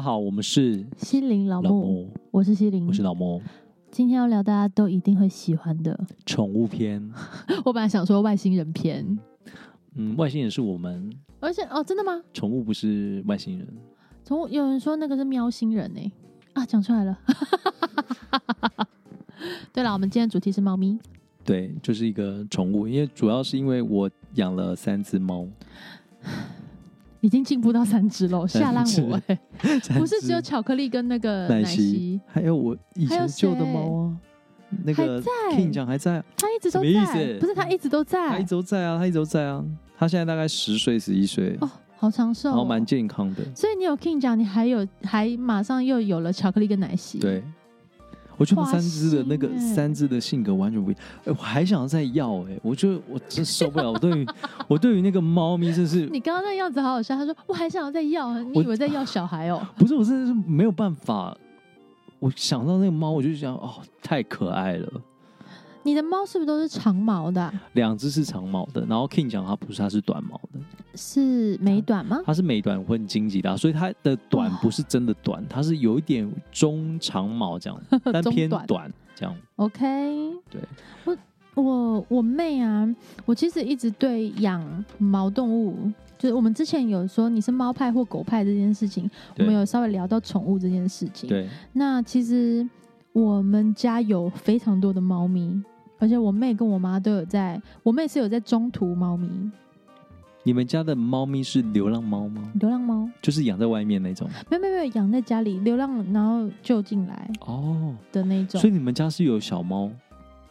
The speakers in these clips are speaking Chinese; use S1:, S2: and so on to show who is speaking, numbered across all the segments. S1: 好，我们是
S2: 心灵老
S1: 老
S2: 木，
S1: 木，
S2: 我是西林
S1: 我。是老木，
S2: 今天要聊大家都一定会喜欢 的。
S1: 宠物篇。
S2: 我本来想说外星人篇，
S1: 嗯，外星人是我们，
S2: 而且哦，真的吗？
S1: 宠物不是外星人。
S2: 从有人说那个是喵星人呢、啊，讲出来了。 对了，我们今天主题是猫咪。
S1: 对，就是一个宠物，因为主要是因为我养了三只猫，
S2: 已经进步到三只喽，吓烂我哎、
S1: 三
S2: 不是只有
S1: 只
S2: 巧克力跟那个
S1: 奶昔
S2: 昔，，
S1: 还有我以前旧的猫啊，那个
S2: 还在
S1: King 奖还在，
S2: 它一直都
S1: 什么意
S2: 在，
S1: 思
S2: 不是它一直都
S1: 它
S2: 在
S1: 一直都在啊，它一直都在啊，它现在大概十岁十一岁，
S2: 哦，好长寿、
S1: 然后蛮
S2: 哦。
S1: 健康的。
S2: 所以你有 King 讲，你还有还马上又有了巧克力跟奶昔，，
S1: 对，我觉得我们
S2: 花
S1: 三只的那个
S2: 心欸
S1: 三只的性格完全不一样。哎、我还想再要哎、我觉得我真受不了。我对于 我对于那个猫咪，真是
S2: 你刚刚那样子好好笑，他说我还想要再要，你
S1: 我
S2: 以为在要小孩 哦？
S1: 不是我真的是没有办法。我想到那个猫，我就想哦，太可爱了。
S2: 你的猫是不是都是长毛的啊、
S1: 两只是长毛的，然后 King 讲它不是，它是短毛的，
S2: 是美短吗？
S1: 它是美短混荆棘的啊，所以它的短
S2: 哇
S1: 不是真的短，它是有一点中长毛 这样，但
S2: 中
S1: 偏
S2: 短
S1: 短这样。
S2: OK，
S1: 对，
S2: 我我我妹啊，我其实一直对养毛动物，就是我们之前有说你是猫派或狗派这件事情，我
S1: 对
S2: 们有稍微聊到宠物这件事情。
S1: 对，
S2: 那其实我们家有非常多的猫咪，而且我妹跟我妈都有在，我妹是有在中途猫咪，
S1: 你们家的猫咪是流浪猫吗？
S2: 流浪猫，
S1: 就是养在外面那种
S2: 没有没有没有养在家里，流浪然后就进来
S1: 哦。
S2: 的那种
S1: 所。以你们家是有小猫，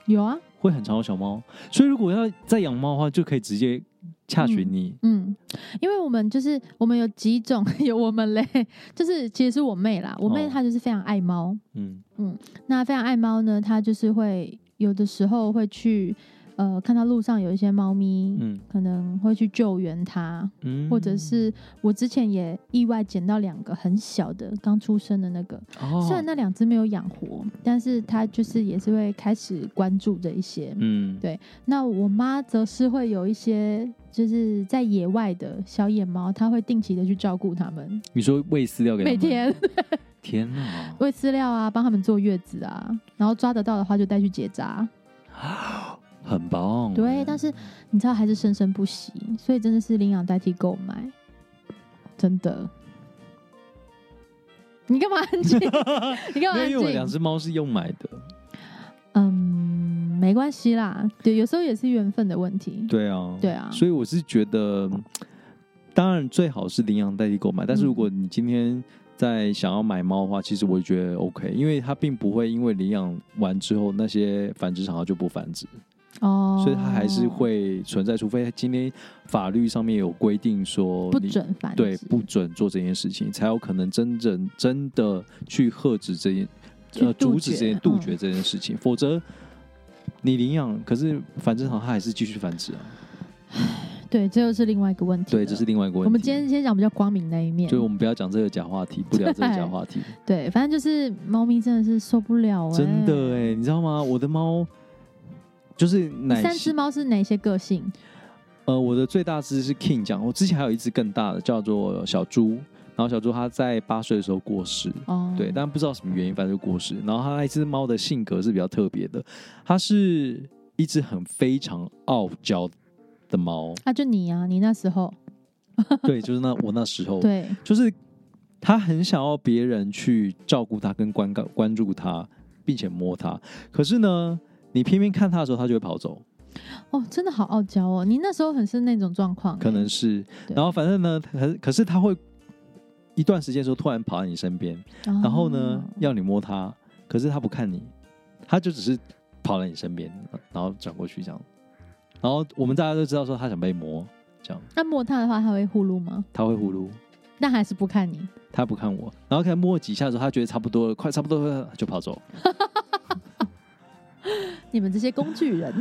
S2: 有啊，
S1: 会很常有小猫。所以如果要再养猫的话，就可以直接洽询你。
S2: 嗯，因为我们就是我们有几种 有我们嘞，就是其实是我妹啦，我妹
S1: 哦
S2: 她就是非常爱猫，
S1: 嗯，
S2: 那非常爱猫呢，她就是会有的时候会去呃看到路上有一些猫咪，
S1: 嗯
S2: 可能会去救援它，
S1: 嗯，
S2: 或者是我之前也意外捡到两个很小的刚出生的那个，
S1: 哦，
S2: 虽然那两只没有养活，但是她就是也是会开始关注这一些，
S1: 嗯
S2: 对那我妈则是会有一些就是在野外的小野猫，她会定期的去照顾它们，
S1: 你说喂饲料给它
S2: 每
S1: 们
S2: 天
S1: 天哪，
S2: 喂饲料啊，帮它们坐月子啊，然后抓得到的话就带去结扎。
S1: 很棒。
S2: 对，但是你知道还是生生不息，所以真的是领养代替购买，真的。你干嘛 安静？你干嘛
S1: 没有
S2: 安
S1: 因为我两
S2: 静？
S1: 只猫是用买的。
S2: 嗯，没关系啦，对，有时候也是缘分的问题。
S1: 对啊，
S2: 对啊
S1: 所以我是觉得，嗯当然最好是领养代替购买，但是
S2: 嗯
S1: 如果你今天在想要买猫的话，其实我觉得 OK，因为它并不会因为领养完之后那些繁殖场它就不繁殖。
S2: 哦，
S1: 所以它还是会存在，除非今天法律上面有规定说
S2: 不
S1: 你
S2: 准繁
S1: 对
S2: 殖
S1: 不准做这件事情，才有可能真正真的去遏制这件
S2: 去
S1: 呃
S2: 杜
S1: 阻止这件
S2: 绝
S1: 杜
S2: 嗯
S1: 绝这件事情，否则你领养，可是繁殖场它还是继续繁殖啊。
S2: 对，这又是另外一个问题了。
S1: 对，这是另外一个问题。
S2: 我们今天先讲比较光明那一面
S1: 就。是我们不要讲这个假话题，不聊这个假话题，
S2: 对，反正就是猫咪真的是受不了、欸，
S1: 真的哎、。你知道吗？我的猫就是奶
S2: 三
S1: 昔
S2: 只猫是哪些个性？
S1: 呃，我的最大只是 King 奖，我之前还有一只更大的叫做小猪，然后小猪它在八岁的时候过世，
S2: 哦，
S1: 对，但不知道什么原因，反正就过世。然后它那只猫的性格是比较特别的，它是一只很非常傲娇的猫，
S2: 啊，就你啊，你那时候
S1: 对，就是那我那时候，
S2: 对，
S1: 就是它很想要别人去照顾它跟关关注它，并且摸它，可是呢，你偏偏看它的时候，它就会跑走。
S2: 哦，真的好傲娇哦，你那时候很是那种状况欸、
S1: 可能是，
S2: 对
S1: 然后反正呢，可可是它会一段时间的时候突然跑到你身边，
S2: 哦，
S1: 然后呢要你摸它，可是它不看你，它就只是跑到你身边，然后转过去这样，然后我们大家都知道说它想被摸，这样
S2: 那摸它的话，它会呼噜吗？
S1: 它会呼噜，
S2: 但还是不看你，
S1: 它不看我，然后可能摸几下之后，它觉得差不多了，快差不多了就跑走，
S2: 你们这些工具人，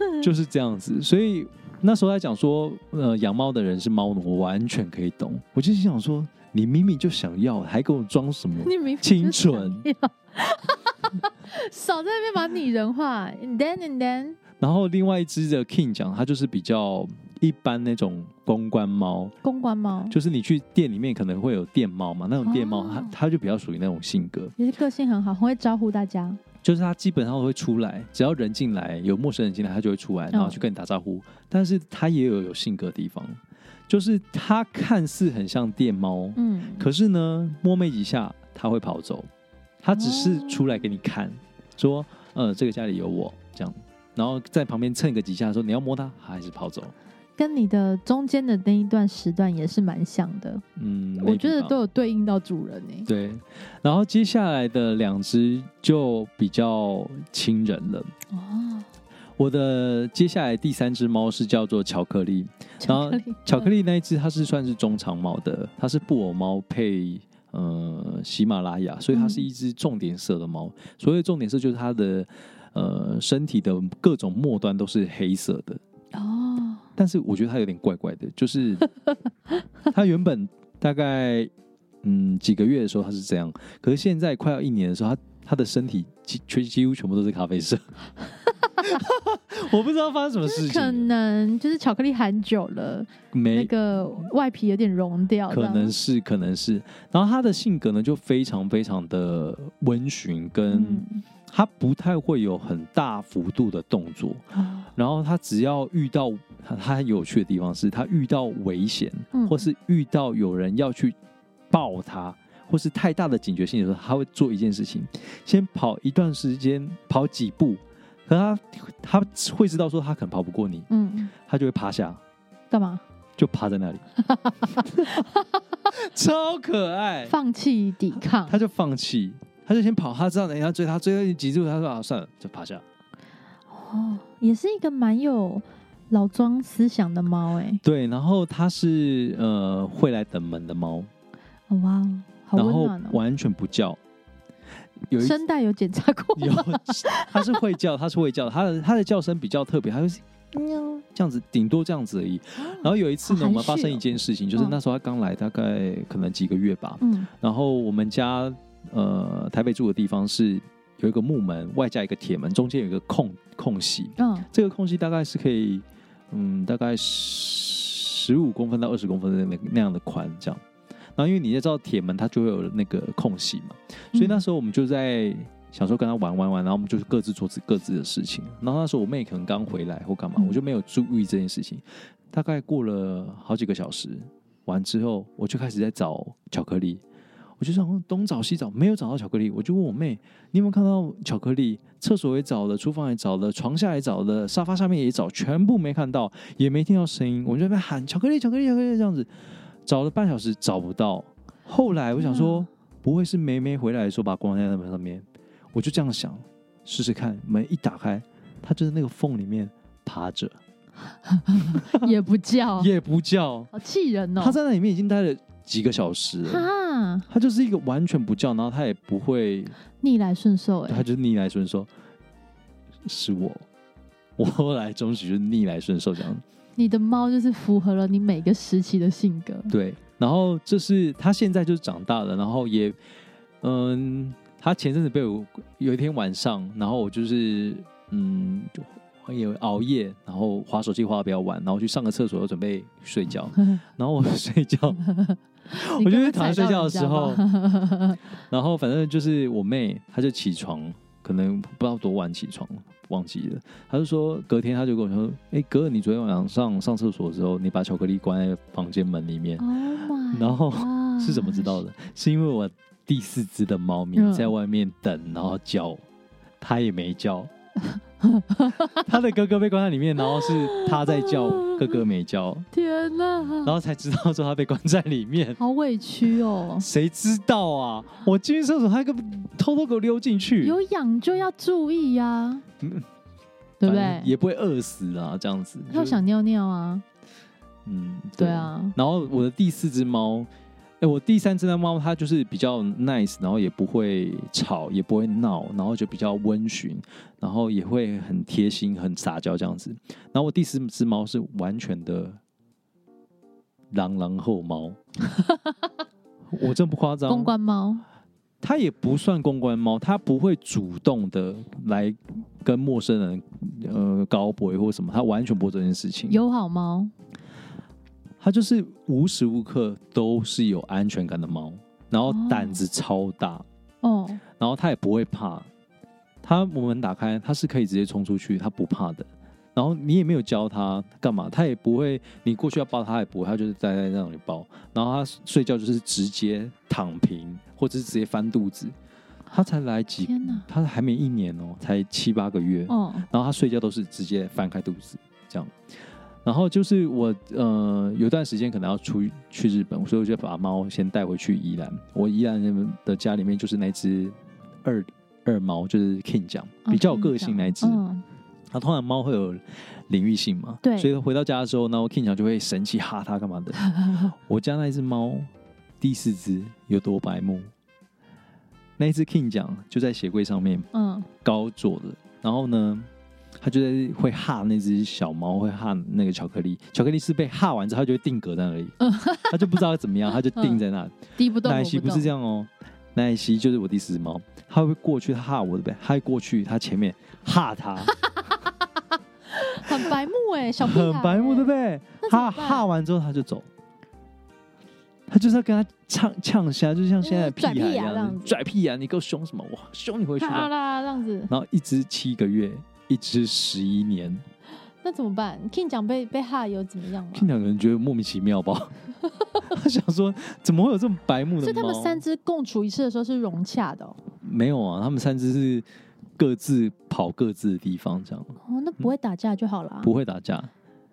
S2: 嗯
S1: 就是这样子，所以。那时候在讲说，呃，养猫的人是猫奴，我完全可以懂。我就心想说，你明明就想要，还跟我装什么？
S2: 你明
S1: 清纯，
S2: 少在那边把拟人化，and then and then，
S1: 然后另外一只的 King 讲，它就是比较一般那种公关猫，
S2: 公关猫，
S1: 就是你去店里面可能会有店猫嘛，那种店猫
S2: 哦
S1: 它它就比较属于那种性格，
S2: 也是个性很好，很会招呼大家。
S1: 就是它基本上会出来，只要人进来有陌生人进来，它就会出
S2: 哦
S1: 来，然后去跟你打招呼。但是它也有有性格的地方，就是它看似很像店猫，
S2: 嗯，
S1: 可是呢，摸没几下它会跑走，它只是
S2: 哦
S1: 出来给你看，说呃这个家里有我这样，然后在旁边蹭个几下说你要摸它，它还是跑走。
S2: 跟你的中间的那一段时段也是蛮像的，
S1: 嗯，
S2: 我觉
S1: maybe
S2: 得
S1: 吧
S2: 都有对应到主人欸呢、
S1: 对，然后接下来的两只就比较亲人了。
S2: 哦，
S1: 我的接下来第三只猫是叫做巧克力，
S2: 巧克力，
S1: 巧克力那一只它是算是中长毛的，它是布偶猫配呃喜马拉雅，所以它是一只重点色的猫。所谓的重点色就是它的呃身体的各种末端都是黑色的，
S2: 哦，
S1: 但是我觉得它有点怪怪的，就是 它原本大概嗯几个月的时候它是这样，可是现在快要一年的时候，它它的身体几全几乎全部都是咖啡色， 我不知道发生什么事
S2: 可
S1: 情，
S2: 能就是巧克力含久了，那
S1: 没。
S2: 个外皮有点融掉，
S1: 可能是，可能是。然后它的性格呢，就非常非常的温驯，
S2: 这样
S1: 跟它不太会有很大幅度的动作。
S2: 嗯，
S1: 然后它只要遇到它它很有趣的地方是，它遇到危险，
S2: 嗯
S1: 或是遇到有人要去抱它，或是太大的警觉性的时候，它会做一件事情，先跑一段时间，跑几步，可它它会知道说它可能跑不过你，
S2: 嗯，
S1: 它就会趴下，
S2: 干嘛？
S1: 就趴在那 里，超可爱。
S2: 放弃抵抗
S1: 他就放弃，他就先跑，他知道人家追他，追到一集住，他说啊算了，就趴下。
S2: 哦，也是一个蛮有老庄思想的猫哎、
S1: 对，然后它是呃会来等门的猫，
S2: 哦哇哦，好
S1: 然
S2: 温
S1: 后
S2: 暖哦。
S1: 完全不叫。有一
S2: 声带有检查 过
S1: 有，它是会叫，它是会叫，它的它的叫声比较特别，它就是喵这样子，顶多这样子而已。然后有一次呢，
S2: 哦好
S1: 我
S2: 含
S1: 们发
S2: 蓄
S1: 生一
S2: 哦
S1: 件事情，就是
S2: 嗯
S1: 那时候它刚来，大概可能几个月吧，
S2: 嗯
S1: 然后我们家呃台北住的地方是有一个木门，外加一个铁门，中间有一个空空隙。
S2: 嗯
S1: 这个空隙大概是可以，嗯，大概十五公分到二十公分的那那样的宽这样。然后因为你也知道铁门它就会有那个空隙嘛，所以那时候我们就在想说跟他玩玩玩，然后我们就是各自做自各自的事情。然后那时候我妹可能刚回来或干嘛，
S2: 嗯
S1: 我就没有注意这件事情。大概过了好几个小时，完之后我就开始在找巧克力，我就想说东找西找，没有找到巧克力，我就问我妹，你有没有看到巧克力？厕所也找了，厨房也找了，床下也找了，沙发下面也找，全部没看到，也没听到声音。我们就在那边喊巧克力，巧克力，巧克力这样子，找了半小时找不到。后来我想说
S2: 天，
S1: 不会是梅梅回来的时候把光在那门上面？我就这样想，试试看。门一打开，它就在那个缝里面趴着，
S2: 也不叫，
S1: 也不叫。
S2: 好气人哦。
S1: 它在那里面已经待了几个小时了。
S2: 哈
S1: 它就是一个完全不叫，然后它也不会
S2: 逆来顺受
S1: 对他
S2: 哎，
S1: 就是逆来顺受，是我。我后来终于就是逆来顺受这样。
S2: 你的猫就是符合了你每个时期的性格。
S1: 对，然后这是他现在就是长大了，然后也，嗯，他前阵子被我有一天晚上，然后我就是嗯，就也熬夜，然后划手机划的比较晚，然后去上个厕所，又准备睡觉，然后我 睡觉，
S2: 你
S1: 我就
S2: 刚
S1: 是
S2: 刚
S1: 躺在
S2: 踩
S1: 睡觉的
S2: 到人
S1: 时
S2: 家
S1: 候
S2: 吧，
S1: 然后反正就是我妹，她就起床，可能不知道多晚起床，忘记了。她就说隔天她就跟我说：“哎、哥，你昨天晚上上上厕所的时候，你把巧克力关在房间门里面，
S2: Oh my，
S1: 然后是怎么知道
S2: 的？
S1: 的？是因为我第四只的猫咪
S2: 嗯
S1: 在外面等，然后 叫，它也没叫。它的哥哥被关在里面，然后是它在叫，哥哥没 叫，
S2: 天
S1: 然
S2: 哪，
S1: 后才知道说它被关在里面。”
S2: 好委屈哦。
S1: 谁知道啊？我进去厕所，他一个偷偷给我溜进去，
S2: 有养就要注意呀、
S1: 嗯
S2: 对
S1: 反
S2: 不对
S1: 正？也不会饿死啊，这样子。
S2: 要
S1: 就是
S2: 想，尿尿啊，
S1: 嗯，
S2: 对。啊，
S1: 然后我的第四只猫，哎，我第三只的猫，它就是比较 nice，然后也不会吵，也不会闹，然后就比较温驯，然后也会很贴心、很撒娇这样子。然后我第四只猫是完全的狼狼后 猫，我真不夸张，啊
S2: 公关猫，
S1: 它也不算公关猫，它不会主动的来跟陌生人呃高博或什么，它完全不做这件事情。
S2: 友好猫，
S1: 它就是无时无刻都是有安全感的猫，然后
S2: 哦
S1: 胆子超大，
S2: 哦，
S1: 然后它也不会怕，它门打开，它是可以直接冲出去，它不怕的。然后你也没有教它干嘛，它也不会，你过去要抱它也不会，它就是待在那里抱。然后它睡觉就是直接躺平，或者是直接翻肚子。它才来几，
S2: 天哪，
S1: 它还没一年哦，才七八个月。
S2: 哦，
S1: 然后他睡觉都是直接翻开肚子这样。然后就是我呃有段时间可能要出去日本，所以我就把猫先带回去宜兰。我宜兰人的家里面就是那只二二毛，就是 King 酱，
S2: 哦
S1: 比较有个性那一只。
S2: 嗯，
S1: 它通常猫会有领域性嘛，
S2: 对
S1: 所以回到家的时候，然后 King 酱就会生气哈它干 嘛的。我家那只猫第四只有多白目，那一只 King 酱就在鞋柜上面
S2: 嗯，
S1: 高坐的，然后呢，他就在会哈那只小猫，会哈那个巧克力，巧克力是被哈完之后，它就会定格在那里，它就不知道怎么 样，它就定在那。
S2: 敌嗯不动
S1: 奶
S2: 我
S1: 昔
S2: 不
S1: 不
S2: 动
S1: 是这，样哦，奶昔就是我第四只猫，它会过去它哈我的背，它会过去它前面哈它，
S2: 很白目哎， 小屁
S1: 很
S2: 孩
S1: 白目
S2: 欸
S1: 对不？对？
S2: 那怎
S1: 哈
S2: 么办
S1: 哈完之后它就走。他就是要跟他呛呛下，就像现在的屁
S2: 就是
S1: 孩
S2: 拽屁
S1: 一
S2: 啊这
S1: 样
S2: 样
S1: 子
S2: 子，
S1: 拽屁呀！你给我凶什么？我凶你回 去吧。
S2: 哈啦，这样子，
S1: 然后一只七个月，一只十一年，
S2: 那怎么办？King 讲被被哈有怎么样吗？
S1: 听两个人觉得莫名其妙 吧？他想说，怎么会有这么白目的猫？
S2: 所以他们三只共处一室的时候是融洽的哦，
S1: 没有啊，他们三只是各自跑各自的地方，这样
S2: 哦，那不会打架就好了。
S1: 嗯不会打架。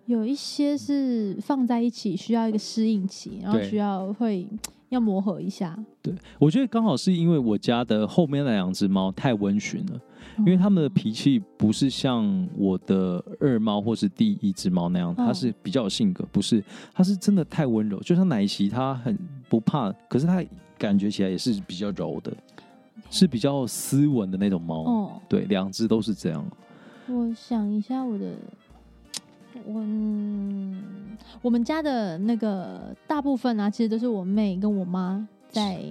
S2: 有一些是放在一起需要一个适应期，然后
S1: 对
S2: 需要会要磨合一下，
S1: 对，我觉得刚好是因为我家的后面那两只猫太温驯了，
S2: 嗯
S1: 因为它们的脾气不是像我的二猫或是第一只猫那样，它
S2: 嗯
S1: 是比较有性格，不是，它是真的太温柔。就像奶昔，它很不怕，可是它感觉起来也是比较柔的，是比较斯文的那种猫。
S2: 嗯哦，
S1: 对，两只都是这样。
S2: 我想一下我的，我嗯我们家的那个大部分啊，其实都是我妹跟我妈在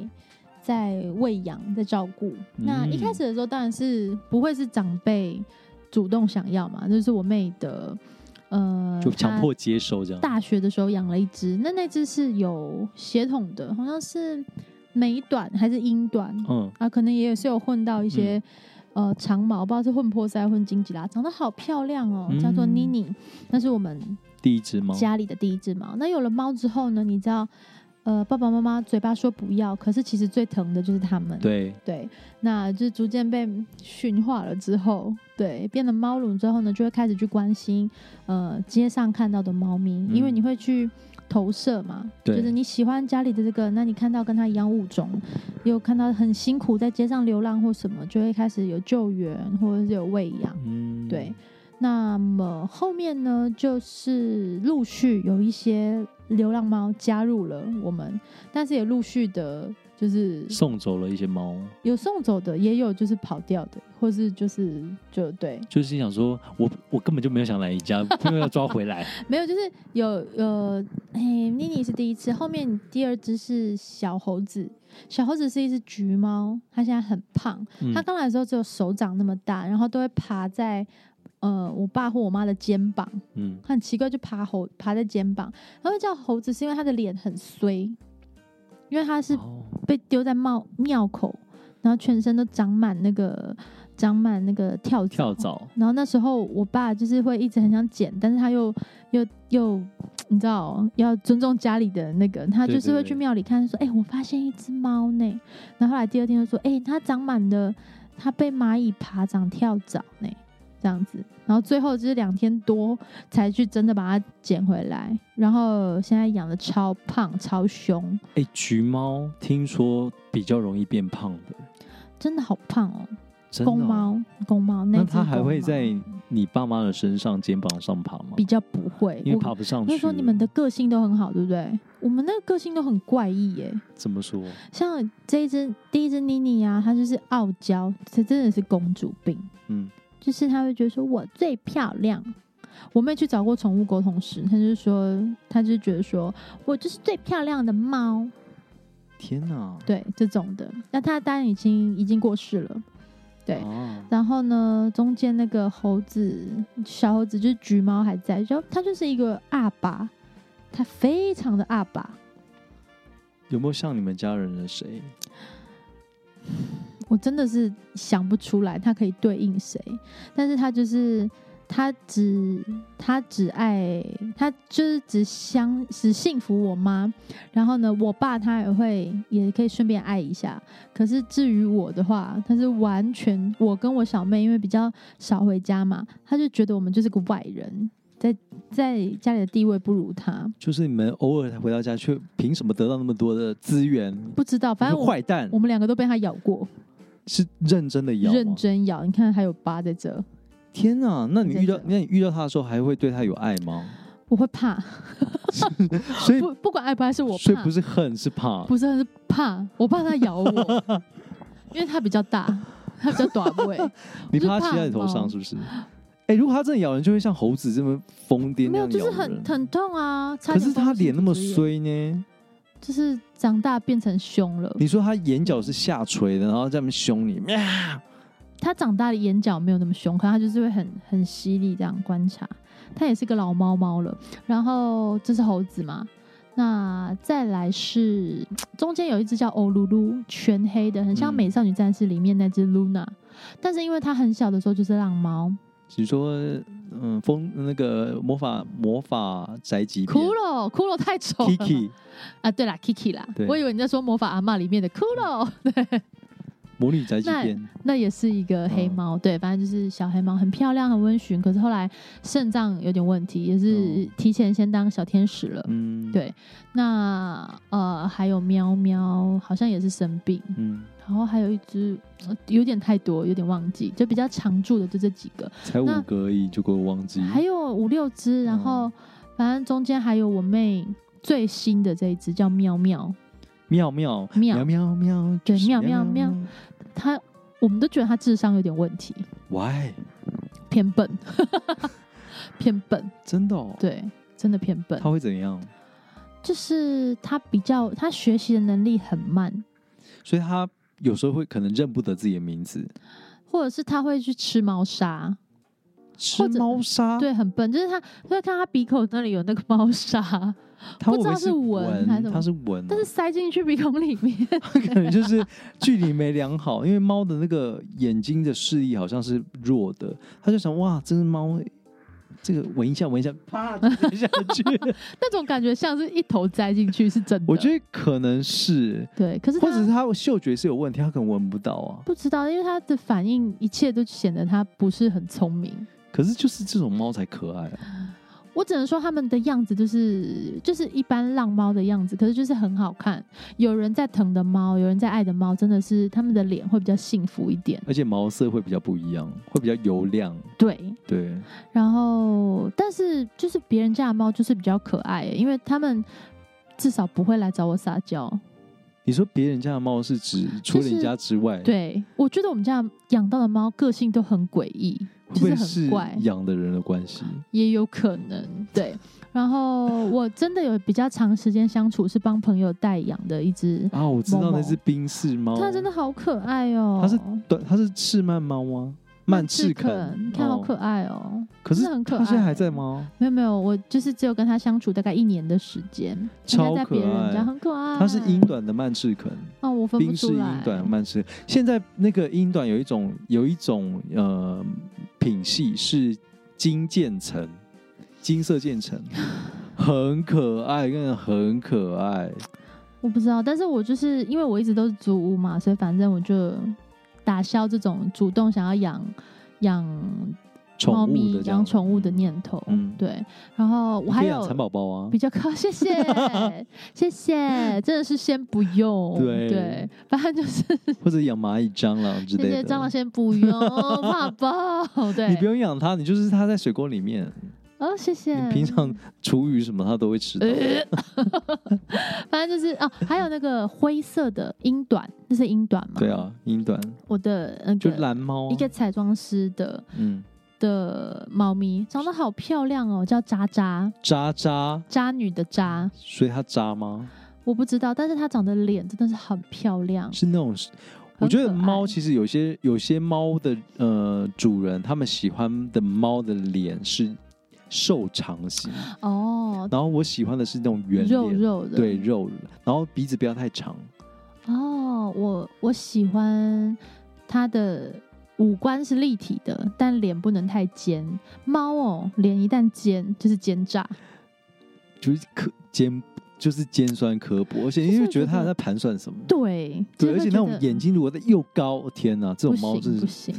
S2: 在喂养，在照顾。那
S1: 嗯
S2: 一开始的时候，当然是不会是长辈主动想要嘛，就是我妹的呃，
S1: 就强
S2: 她
S1: 迫接受这样。
S2: 大学的时候养了一只，那那只是有血统的，好像是美短还是英短
S1: 嗯，
S2: 啊，可能也是有混到一些、呃长毛，不知道是混波塞混金吉拉，长得好漂亮哦，
S1: 嗯
S2: 叫做妮妮，那是我们
S1: 第一只猫，
S2: 家里的第一只猫。那有了猫之后呢，你知道，呃，爸爸妈妈嘴巴说不要，可是其实最疼的就是它们。
S1: 对，
S2: 对，那就是逐渐被驯化了之后，对，变得猫奴之后呢，就会开始去关心呃街上看到的猫咪，因为
S1: 嗯
S2: 你会去投射嘛，就
S1: 对
S2: 是你喜欢家里的这个，那你看到跟它一样物种，有看到很辛苦在街上流浪或什么，就会开始有救援或者是有喂养。
S1: 嗯，
S2: 对，那么后面呢，就是陆续有一些流浪猫加入了我们，但是也陆续的，就是
S1: 送走了一些猫，
S2: 有送走的，也有就是跑掉的，或是就是就对，
S1: 就是想说我我根本就没有想来你家，没有要抓回 来。
S2: 没有就是有呃，嘿，妮妮是第一次，后面第二只是小猴子，小猴子是一只橘猫，它现在很胖，
S1: 嗯
S2: 它刚来的时候只有手掌那么大，然后都会爬在呃我爸或我妈的肩膀，
S1: 嗯，
S2: 它很奇怪就爬猴爬在肩膀，然后叫猴子是因为它的脸很衰，因为它是
S1: 哦
S2: 被丢在庙庙口，然后全身都长满那个长满那个跳蚤
S1: 跳。蚤，
S2: 然后那时候我爸就是会一直很想捡，但是他又又又你知道哦要尊重家里的那个，他
S1: 对
S2: 就是会
S1: 对
S2: 去庙里看说，哎、我发现一只猫呢。然后后来第二天就说，哎、它长满了，它被蚂蚁爬长跳蚤呢，这样子。然后最后就是两天多才去真的把它捡回来，然后现在养的超胖超凶，
S1: 哎，橘猫听说比较容易变胖的，
S2: 真的好胖哦。
S1: 真的哦
S2: 公。猫，公猫，
S1: 那
S2: 只
S1: 它还
S2: 公
S1: 会
S2: 猫
S1: 在你爸妈的身上、肩膀上爬吗
S2: 比？较不会。
S1: 因为
S2: 我
S1: 爬不上
S2: 我
S1: 去
S2: 跟
S1: 了。
S2: 你说，你们的个性都很好，对不对？我们那个个性都很怪异耶、
S1: 怎么说？
S2: 像这一只第一只妮妮啊，她就是傲娇，这真的是公主病，
S1: 嗯，
S2: 就是她会觉得说我最漂亮。我妹去找过宠物沟通师，她就说，她就觉得说我就是最漂亮的猫，
S1: 天哪！
S2: 对这种的。那她当然已经已经过世了，对
S1: 啊，
S2: 然后呢，中间那个猴子，小猴子就是橘猫还在，就它就是一个阿爸，他非常的阿爸。
S1: 有没有像你们家人的谁？
S2: 我真的是想不出来他可以对应谁，但是他就是他只他只爱他就是只相只幸福我妈，然后呢，我爸他也会也可以顺便爱一下。可是至于我的话，他是完全我跟我小妹因为比较少回家嘛，他就觉得我们就是个外人，在在家里的地位不如他，
S1: 就是你们偶尔才回到家，却凭什么得到那么多的资源？
S2: 不知道，反正
S1: 你是
S2: 我
S1: 坏蛋
S2: 我们两个都被他咬过，
S1: 是认真的咬吗，
S2: 认真咬，你看还有疤在这，
S1: 天啊！那你遇到
S2: 认真
S1: 那你遇到他的时候，还会对他有爱吗？
S2: 我会怕。
S1: 所以
S2: 不不管爱不爱是我
S1: 所以
S2: 怕，
S1: 不是恨，是怕。
S2: 不是是怕，我怕它咬我，因为它比较大，它比较短 尾，
S1: 你
S2: 不是
S1: 怕它骑
S2: 怕
S1: 在你头上
S2: 猫
S1: 是不是？哎、如果它真的咬人，就会像猴子这么疯癫那
S2: 没有
S1: 样咬人。
S2: 哎就是很很痛啊。差
S1: 可
S2: 点
S1: 是它
S2: 风湿
S1: 脸那么
S2: 体质炎，
S1: 衰呢？
S2: 就是长大变成凶了。
S1: 你说它眼角是下垂的，然后在那边凶你，喵
S2: 它长大的眼角没有那么凶，可它就是会很很犀利这样观察。它也是个老猫猫了。然后这是猴子嘛？那再来是中间有一只叫欧噜噜，全黑的，很像
S1: 嗯
S2: 《美少女战士》里面那只 Luna，、但是因为它很小的时候就是浪猫，
S1: 你说嗯，风那个魔法魔法宅急便
S2: 骷髅，骷髅太丑了
S1: Kiki
S2: 啊！对啦，Kiki 啦
S1: 对，
S2: 我以为你在说《魔法阿嬷》里面的骷髅，
S1: 魔女宅急便，
S2: 那也是一个黑
S1: 嗯
S2: 猫。对，反正就是小黑猫，很漂亮，很温驯。可是后来肾脏有点问题，也是
S1: 嗯
S2: 提前先当小天使了。
S1: 嗯，
S2: 对那呃，还有喵喵，好像也是生病。
S1: 嗯，
S2: 然后还有一只、呃有点太多，有点忘记，就比较常驻的就这几个。
S1: 才五
S2: 那
S1: 个而已，就给我忘记。
S2: 还有五六只，然后
S1: 嗯
S2: 反正中间还有我妹最新的这一只叫 喵喵，
S1: 妙妙喵
S2: 妙
S1: 喵喵，
S2: 对
S1: 就是
S2: 妙妙妙它我们都觉得它智商有点问题，
S1: ，Why？
S2: 偏笨，偏笨，
S1: 真的、哦，，
S2: 对，真的偏笨
S1: 他，会怎样？
S2: 就是它比较它学习的能力很慢，
S1: 所以他有时候会可能认不得自己的名字，
S2: 或者是它会去吃猫砂，
S1: 吃
S2: 或者
S1: 猫砂，
S2: 对，很笨，就是它会看它鼻孔那里有那个猫
S1: 嗯
S2: 砂，
S1: 他会
S2: 不知
S1: 会
S2: 道是
S1: 是
S2: 闻还是什么
S1: 他是闻哦、
S2: 但是塞进去鼻孔里面，
S1: 他 可能就是距离没量好，因为猫的那个眼睛的视力好像是弱的，他就想哇，这只猫，这个闻一下闻一下，啪就吞下 去。
S2: 那种感觉像是一头栽进去，是真的。
S1: 我觉得可能是，
S2: 对，可是啊它
S1: 或者是他嗅觉是有问题，他可能闻不到啊。
S2: 不知道，因为它的反应一切都显得它不是很聪明。
S1: 可是就是这种猫才可爱、啊，
S2: 我只能说它们的样子就是就是一般浪猫的样子，可是就是很好看。有人在疼的猫，有人在爱的猫，真的是它们的脸会比较幸福一点。
S1: 而且毛色会比较不一样，会比较油亮。
S2: 对，
S1: 对，
S2: 然后但是就是别人家的猫就是比较可爱、因为它们至少不会来找我撒娇。
S1: 你说别人家的猫是指除了你家之外，
S2: 对我觉得我们家养到的猫个性都很诡异，
S1: 会不
S2: 就
S1: 会
S2: 很
S1: 是
S2: 怪，
S1: 养的人的关系？
S2: 也有可能对。然后我真的有比较长时间相处，是帮朋友代养的一只，
S1: 啊，我知道
S2: 某某
S1: 那是宾士猫，
S2: 它真的好可爱
S1: 哦
S2: 哦。
S1: 它是短，它是赤曼猫吗？曼赤肯，
S2: 你看好可
S1: 哦。
S2: 爱哦。
S1: 可是
S2: 真的很可爱
S1: 它现在还在吗？
S2: 没有没有，我就是只有跟它相处大概一年的时间，
S1: 超
S2: 应该在
S1: 可
S2: 别人家
S1: 爱。
S2: 很可爱。
S1: 它是英短的曼赤肯，
S2: 哦，我分不
S1: 宾士
S2: 出来
S1: 英。短曼赤。现在那个英短有一种有一种呃品系是金渐层，金色渐 层，很可爱，真的很可爱。
S2: 我不知道，但是我就是因为我一直都是租屋嘛，所以反正我就打消这种主动想要养养猫
S1: 宠物
S2: 咪
S1: 的、这样
S2: 养
S1: 子
S2: 宠物的，念头。
S1: 嗯，
S2: 对，然后我
S1: 你
S2: 还
S1: 可以养
S2: 有
S1: 蚕宝宝啊
S2: 比，较高，谢谢谢谢， 真的是先不用，
S1: 对
S2: 反正就是
S1: 或者养蚂蚁、蟑螂之
S2: 那
S1: 类
S2: 些
S1: 的。
S2: 蟑螂先不用， 怕爆，
S1: 你不
S2: 对，
S1: 用养它，你就是它在水沟里面，
S2: 哦，谢谢。
S1: 你平常厨余什么它都会吃到。
S2: 呃，反正就是哦，还有那个灰色的英短，那是英短吗？
S1: 对，啊，英短
S2: 我的那
S1: 就
S2: 个
S1: 蓝猫啊，
S2: 一个彩妆师的
S1: 嗯，
S2: 的猫咪，长得好漂亮哦，叫渣渣，
S1: 渣渣，
S2: 渣女的渣，
S1: 所以它渣吗？
S2: 我不知道，但是它长得脸真的是很漂亮，
S1: 是那种，我
S2: 很
S1: 觉得
S2: 可爱
S1: 猫其实有些有些猫的呃主人，他们喜欢的猫的脸是瘦长型，
S2: 哦，
S1: 然后我喜欢的是那种圆
S2: 肉
S1: 脸，
S2: 肉的，
S1: 对肉，然后鼻子不要太长，
S2: 哦，我我喜欢它的五官是立体的，但脸不能太尖。猫哦，脸一旦尖就是奸诈，
S1: 就是刻尖，就是尖酸刻薄，而且你
S2: 就是
S1: 就
S2: 会
S1: 觉得
S2: 觉
S1: 它
S2: 得
S1: 在盘算什么？
S2: 对
S1: 对，
S2: 就
S1: 而
S2: 会
S1: 且那
S2: 觉
S1: 种
S2: 得
S1: 眼睛如果在又高，天哪，这
S2: 不
S1: 种猫真
S2: 行不
S1: 是
S2: 行。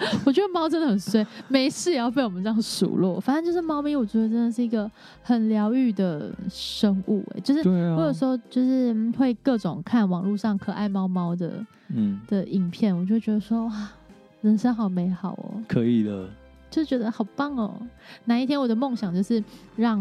S2: 我觉得猫真的很衰，没事也要被我们这样数落。反正就是猫咪，我觉得真的是一个很疗愈的生物、哎，就是
S1: 对啊，
S2: 我有时候就是嗯会各种看网络上可爱猫猫的
S1: 嗯，
S2: 的影片，我就觉得说哇，人生好美好哦、
S1: 可以的，
S2: 就觉得好棒哦！哪一天我的梦想就是让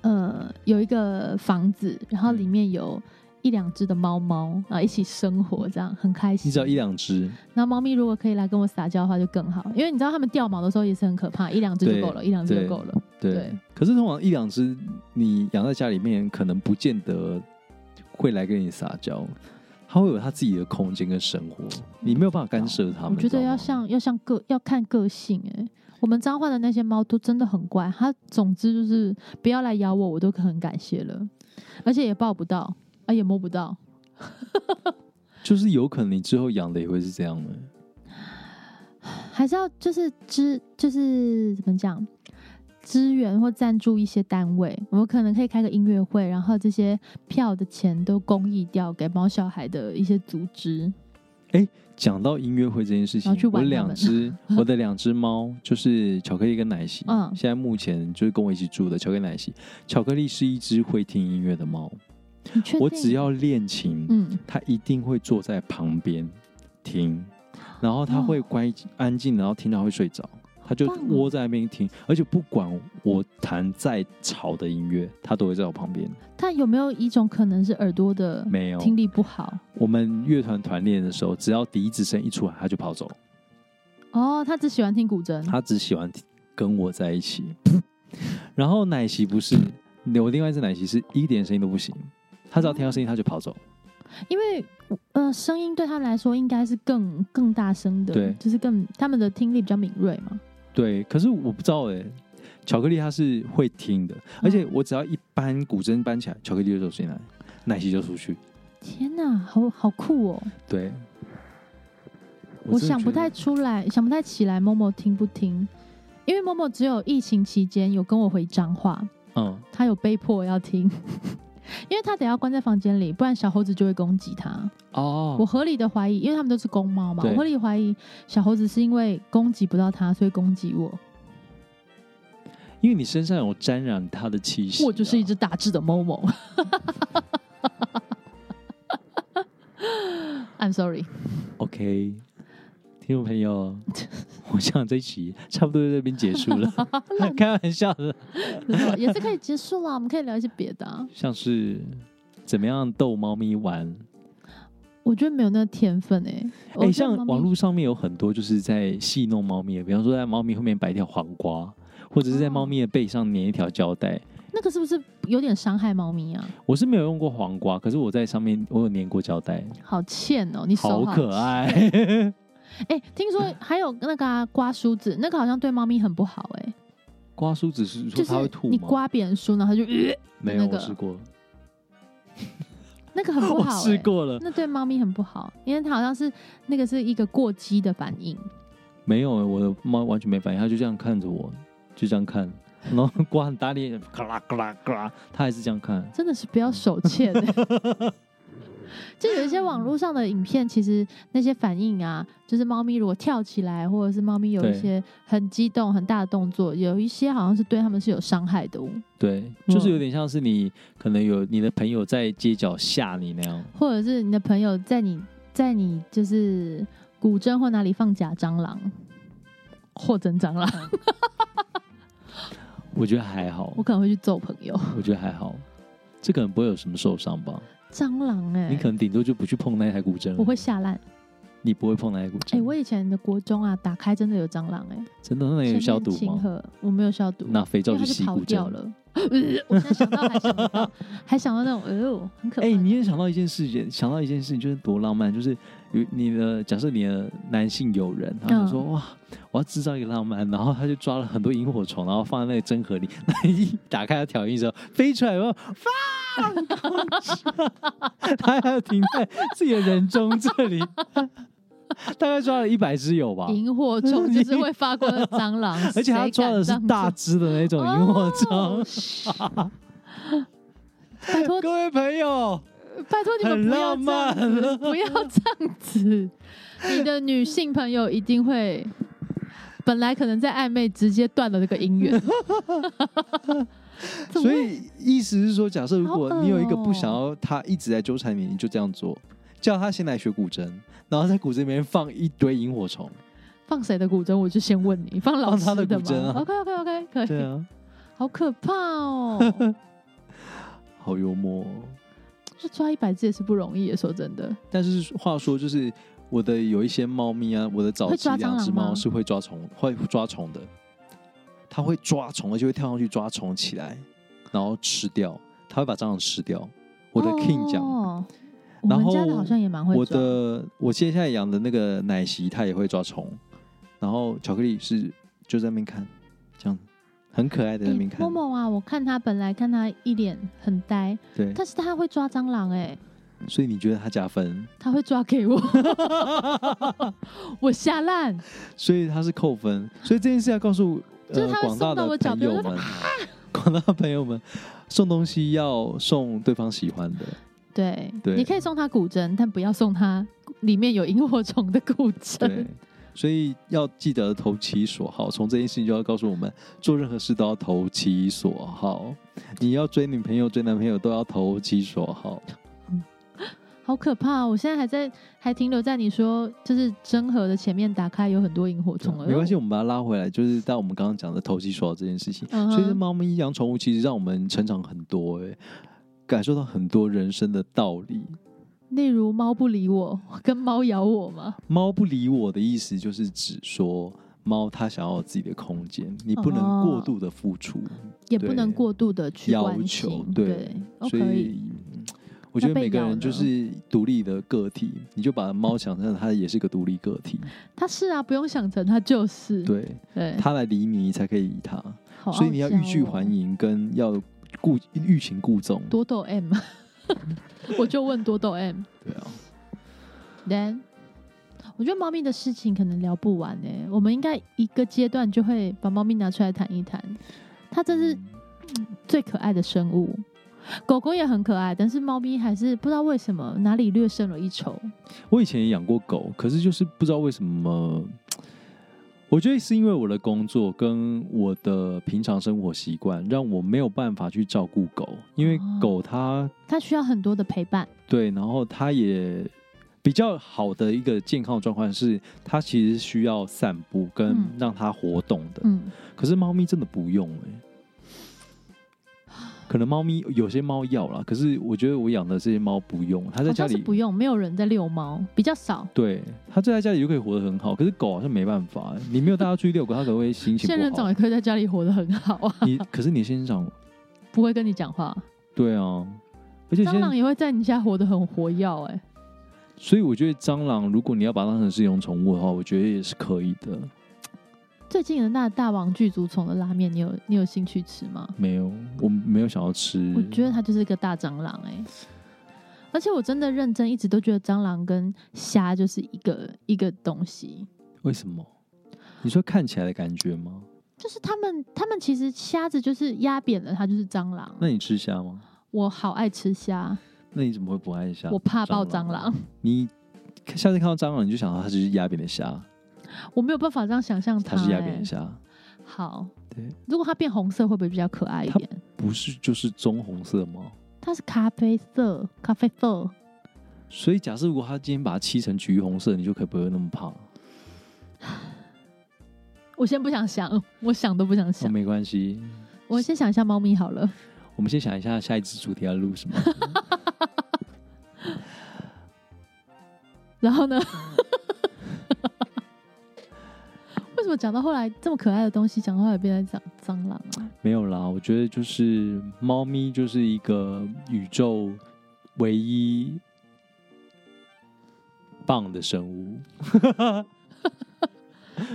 S2: 呃有一个房子，然后里面有一两只的猫猫啊，一起生活，这样很开心。
S1: 你只要一两只，
S2: 然后猫咪如果可以来跟我撒娇的话，就更好，因为你知道它们掉毛的时候也是很可怕，一两只就够了，一两只就够了。
S1: 对。
S2: 对
S1: 可是通常一两只你养在家里面，可能不见得会来跟你撒娇，它会有它自己的空间跟生活，你没有办法干涉它
S2: 嗯我
S1: 们。
S2: 觉
S1: 你知
S2: 得
S1: 道吗
S2: 要像要像个要看个性哎、我们彰化的那些猫都真的很乖，它总之就是不要来咬我，我都很感谢了，而且也抱不到，啊也摸不到。
S1: 就是有可能你之后养的也会是这样的。
S2: 还是要就是支就是怎么讲，支援或赞助一些单位，我们可能可以开个音乐会，然后这些票的钱都公益掉给猫小孩的一些组织。
S1: 讲到音乐会这件事情
S2: 然后去，
S1: 我
S2: 玩它们
S1: 两 只我的两只猫就是巧克力跟奶昔，
S2: 嗯
S1: 现在目前就是跟我一起住的巧克力奶昔。巧克力是一只会听音乐的猫，
S2: 你确定？
S1: 我只要练琴，
S2: 嗯，
S1: 他一定会坐在旁边听，然后他会乖安静，然后听到会睡着，他就
S2: 好棒哦
S1: 窝在那边听，而且不管我弹再吵的音乐，他都会在我旁边。
S2: 但有没有一种可能是耳朵的
S1: 没有，
S2: 听力不好？
S1: 我们乐团团练的时候，只要笛子声一出来，他就跑走，
S2: 哦，他只喜欢听古筝。
S1: 他只喜欢跟我在一起。然后奶昔不是，我另外一只奶昔是一点声音都不行，他只
S2: 嗯
S1: 要听到声音他就跑走。
S2: 因为呃，声音对他们来说应该是更更大声的，
S1: 对
S2: 就是更他们的听力比较敏锐嘛。
S1: 对，可是我不知道哎、巧克力它是会听的，而且我只要一扳古筝扳起来，巧克力就走进来，奶昔就出去。
S2: 天哪，好好酷哦！
S1: 对，
S2: 我
S1: 真的
S2: 想不
S1: 觉得
S2: 太出来，想不太起来某某听不听，因为某某只有疫情期间有跟我回彰化，
S1: 嗯，
S2: 他有被迫要听， 因为他得要关在房间里，不然小猴子就会攻击他。我
S1: 哦，
S2: 合理的怀疑，因为他们都是公猫嘛，
S1: 对
S2: 我合理怀疑小猴子是因为攻击不到他，所以攻击我。
S1: 因为你身上有沾染它的气息、啊
S2: 我就是一，只大只的某某。I'm sorry，
S1: OK，听众朋友， 我想这一集差不多在这边结束 了， 开玩笑的，
S2: 也是可以结束了，我们可以聊一些别的、啊。
S1: 像是怎么样逗猫咪玩。
S2: 我觉得没有那个天分哎、
S1: 哎、
S2: 我觉得
S1: 像
S2: 猫咪
S1: 网络上面有很多就是在戏弄猫咪的，比方说在猫咪后面摆一条黄瓜，或者是在
S2: 哦
S1: 猫咪的背上粘一条胶带。
S2: 那个是不是有点伤害猫咪啊？
S1: 我是没有用过黄瓜，可是我在上面我有粘过胶带，
S2: 好欠哦，你手
S1: 好
S2: 好
S1: 可爱。
S2: 欠。哎、听说还有那个、啊、刮梳子，那个好像对猫咪很不好哎、
S1: 刮梳子是
S2: 就
S1: 说它会
S2: 是
S1: 吐
S2: 你
S1: 吗？
S2: 刮别人梳，然后它就、呃
S1: 没有，
S2: 那个
S1: 我试过，
S2: 那个很 不
S1: 我
S2: 好、哎
S1: 试，过了，
S2: 那对猫咪很不好，因为它好像是那个是一个过激的反应。
S1: 没有，欸我的猫完全没反应，它就这样看着我，就这样看，然后 刮很大力，咔啦咔啦咔啦，它还是这样看。
S2: 真的是不要手欠、欸。 就有一些网络上的影片，其实那些反应啊，就是猫咪如果跳起来，或者是猫咪有一
S1: 对
S2: 些很激动、很大的动作，有一些好像是对它们是有伤害的哦，
S1: 对，就是
S2: 哇
S1: 有点像是你可能有你的朋友在街角吓你那样。
S2: 或者是你的朋友在你在你就是古筝或哪里放假蟑螂，或真蟑螂，
S1: 我觉得还好，
S2: 我可能会去揍朋友。
S1: 我觉得还好，这可能不会有什么受伤吧？
S2: 蟑螂哎、
S1: 你可能顶多就不去碰那台古筝，
S2: 我会，吓烂
S1: 你不会碰那台古筝。
S2: 哎！我以前的国中啊，打开真的有蟑螂哎、
S1: 真的那
S2: 欸，
S1: 有消毒
S2: 清
S1: 吗？
S2: 河我没有消毒，
S1: 拿肥皂
S2: 因为它
S1: 去洗
S2: 就跑
S1: 古
S2: 掉
S1: 筝，
S2: 了。 呃我现在想到还想不到，还想到那种，哦，很可怕
S1: 哎、
S2: 的。
S1: 你也想到一件事情，想到一件事情，就是多浪漫，就是有你的假设你的男性友人，他
S2: 嗯
S1: 就说、哇，我要制造一个浪漫，然后他就抓了很多萤火虫，然后放在那个针盒里，那一打开它调音的时候飞出来，然后放， 他还要停在自己的人中这里， 大概抓了一百只有吧。，
S2: 萤火 虫就是会发光的蟑 螂
S1: 而且他
S2: 谁
S1: 抓
S2: 敢
S1: 的是
S2: 这样
S1: 大
S2: 做
S1: 只的那种萤火虫
S2: 哦，嘘拜 托，
S1: 各位朋友，
S2: 拜托你们
S1: 很
S2: 不要
S1: 浪
S2: 这样
S1: 漫
S2: 子，不要这样子。你的女性朋友一定会，本来可能在暧昧，直接断了这个 姻缘。怎
S1: 所
S2: 么会
S1: 以意思是说，假设如
S2: 好
S1: 果
S2: 恶
S1: 你有一个不
S2: 哦
S1: 想要他一直在纠缠你，你就这样做，叫他先来学古筝，然后在古筝里面放一堆萤火 虫。
S2: 放谁的古筝？我就先问你，放老
S1: 放
S2: 师
S1: 他的
S2: 的
S1: 古
S2: 吗
S1: 筝啊
S2: OK OK OK，可以。
S1: 对啊，
S2: 好可 怕哦！
S1: 好幽默、哦。
S2: 就抓一百只也是不容易的，说真的。
S1: 但是话说，就是我的有一些猫咪啊，我的早
S2: 会
S1: 期
S2: 抓蟑
S1: 两
S2: 螂
S1: 只猫
S2: 吗
S1: 是会抓虫，会抓虫的，它会抓虫，而且会跳上去抓虫起来，然后吃掉，它会把蟑螂吃掉。我的 King 讲。
S2: 哦，我
S1: 然
S2: 们
S1: 后
S2: 家的好像也蛮会
S1: 我
S2: 抓。
S1: 的我接下来养的那个奶昔，它也会抓虫，然后巧克力是就在那边看，这样很可爱的在那边
S2: 诶
S1: 看，
S2: 默默啊，我看他本来看他一脸很呆，
S1: 对，
S2: 但是他会抓蟑螂哎、
S1: 所以你觉得它加分，
S2: 他会抓给我，我吓烂，
S1: 所以它是扣分，所以这件事要告诉
S2: 就
S1: 呃
S2: 是它会
S1: 广大
S2: 送到
S1: 的
S2: 我脚
S1: 朋
S2: 边
S1: 友
S2: 我就啊
S1: 们，广大的朋友们送东西要送对方喜欢的，
S2: 对，
S1: 对
S2: 你可以送他古筝，但不要送他里面有萤火虫的古筝
S1: 对。。所以要记得投其所好，从这件事情就要告诉我们，做任何事都要投其所好。你要追女朋友、追男朋友都要投其所好。
S2: 好可怕、哦！我现在还在，还停留在你说就是真核的前面打开有很多萤火虫哎了，
S1: 啊没关系，我们把它拉回来，就是到我们刚刚讲的投其所啊好这件事情。
S2: 嗯哼
S1: 所以，这猫咪养宠物其实让我们成长很多、欸，感受到很多人生的道理。
S2: 例如猫不理我，跟猫咬我吗？
S1: 猫不理我的意思就是指说，猫它想要有自己的空间，你不能
S2: 哦
S1: 过度的付出、
S2: 也不能过度的去
S1: 要
S2: 关
S1: 求
S2: 心，，
S1: 对
S2: 对，哦，
S1: 所
S2: 可以，
S1: 以。嗯我觉得
S2: 它被
S1: 每个
S2: 咬
S1: 人
S2: 了
S1: 就是独立的个体，你就把猫想象它也是个独立个体，
S2: 它是啊，不用想成它就是，
S1: 对，
S2: 对，
S1: 它来理你，你才可以理它。
S2: 好
S1: 所以你要
S2: 傲娇
S1: 欲拒
S2: 哦
S1: 还迎，跟要故欲擒故纵。
S2: 多豆 M，我就问多豆 M。
S1: 对啊，
S2: Then，我觉得猫咪的事情可能聊不完呢、欸我们应该一个阶段就会把猫咪拿出来谈一谈。它真
S1: 嗯
S2: 是最可爱的生物，狗狗也很可爱，但是猫咪还是不知道为什么哪里略胜了一筹。
S1: 我以前也养过狗，可是就是不知道为什么，我觉得是因为我的工作跟我的平常生活习惯，让我没有办法去照顾狗，因为
S2: 哦
S1: 狗它
S2: 它需要很多的陪伴，
S1: 对，然后它也比较好的一个健康状况是，它其实需要散步跟
S2: 嗯
S1: 让它活动的。
S2: 嗯，
S1: 可是猫咪真的不用哎、可能猫咪有些猫要啦，可是我觉得我养的这些猫不用，它在
S2: 好
S1: 家
S2: 像哦是
S1: 里
S2: 不用，没有人在遛猫，比较少。
S1: 对它就在家里就可以活得很好。可是狗好像没办法欸、你没有带它出去遛狗，它可能会心情
S2: 仙人
S1: 不
S2: 掌
S1: 好
S2: 也。可以在家里活得很好啊，
S1: 你可是你仙人掌，
S2: 不会跟你讲话。
S1: 对啊，而且
S2: 蟑
S1: 现
S2: 螂
S1: 在，
S2: 也会在你家活得很活跃、欸，哎，
S1: 所以我觉得蟑螂，如果你要把它当成是一种宠物的话，我觉得也是可以的。
S2: 最近的那大王巨足虫的拉面，你有你有兴趣吃吗？
S1: 没有，我没有想要吃。
S2: 我觉得它就是个大蟑螂哎、而且我真的认真一直都觉得蟑螂跟虾就是一个一个东西，
S1: 为什么？你说看起来的感觉吗？
S2: 就是它们它们其实虾子就是压扁了它就是蟑螂。
S1: 那你吃虾吗？
S2: 我好爱吃虾，
S1: 那你怎么会不爱虾？
S2: 我怕爆
S1: 啊蟑
S2: 蟑螂，
S1: 你下次看到蟑螂，你就想到它就是压扁的虾，
S2: 我没有办法这样想象
S1: 它
S2: 它、
S1: 是
S2: 欸。
S1: 压扁的虾，
S2: 好，
S1: 对，
S2: 如果它变红色会不会比较可爱一点？
S1: 不是就是棕红色吗？
S2: 它是咖啡色，咖啡色。
S1: 所以假设如果它今天把它漆成橘红色，你就可以不会那么怕。哦，
S2: 我先不想想，我想都不想
S1: 哦
S2: 想。
S1: 没关系，
S2: 我先想一下猫咪好了。
S1: 我们先想一下下一次主题要录什 么。嗯
S2: 然后呢？为什么讲到后来这么可爱的东西，讲到后来变成蟑蟑螂啊？
S1: 没有啦，我觉得就是猫咪就是一个宇宙唯一棒的生物，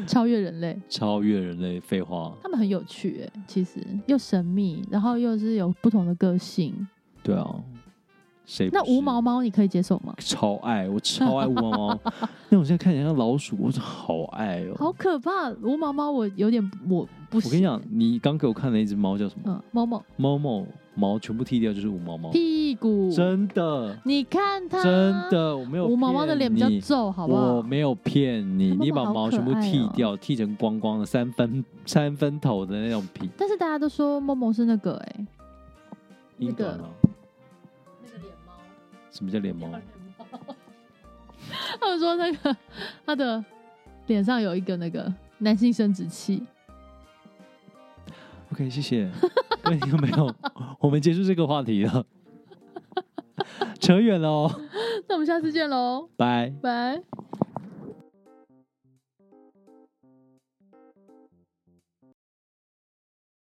S2: 超越人类，
S1: 超越人类。废话，
S2: 它们很有趣、欸，其实又神秘，然后又是有不同的个性。
S1: 对啊，谁不
S2: 那无
S1: 是
S2: 毛猫你可以接受吗？
S1: 超爱，我超爱无毛猫， 那种现在看起来像老鼠，我真的好爱哦、
S2: 好可怕！无毛猫我有点我不行。
S1: 我跟你讲，，哦你刚给我看了一只猫叫什么？
S2: 嗯，猫猫
S1: 猫猫毛全部剃掉就是无毛猫，
S2: 屁股，
S1: 真的
S2: 你看它，
S1: 真的，我没有
S2: 无毛猫的脸比较
S1: 骗你
S2: 皱，好不
S1: 我
S2: 好？
S1: 没有骗你，
S2: 它妈妈
S1: 你把
S2: 好
S1: 毛
S2: 可
S1: 全部
S2: 爱
S1: 剃
S2: 哦
S1: 掉，剃成光光的三分 三分头的那种皮，
S2: 但是大家都说猫猫是那个哎、欸，那
S1: 英
S2: 个
S1: 短毛。哦
S2: 那个脸猫，
S1: 什么叫脸毛？
S2: 他们说那个他的脸上有一个那个男性生殖器，
S1: OK，谢谢。 各位听有没有？我们结束这个话题 了，扯远了哦，
S2: 那我们下次见喽，
S1: 拜。
S2: 拜。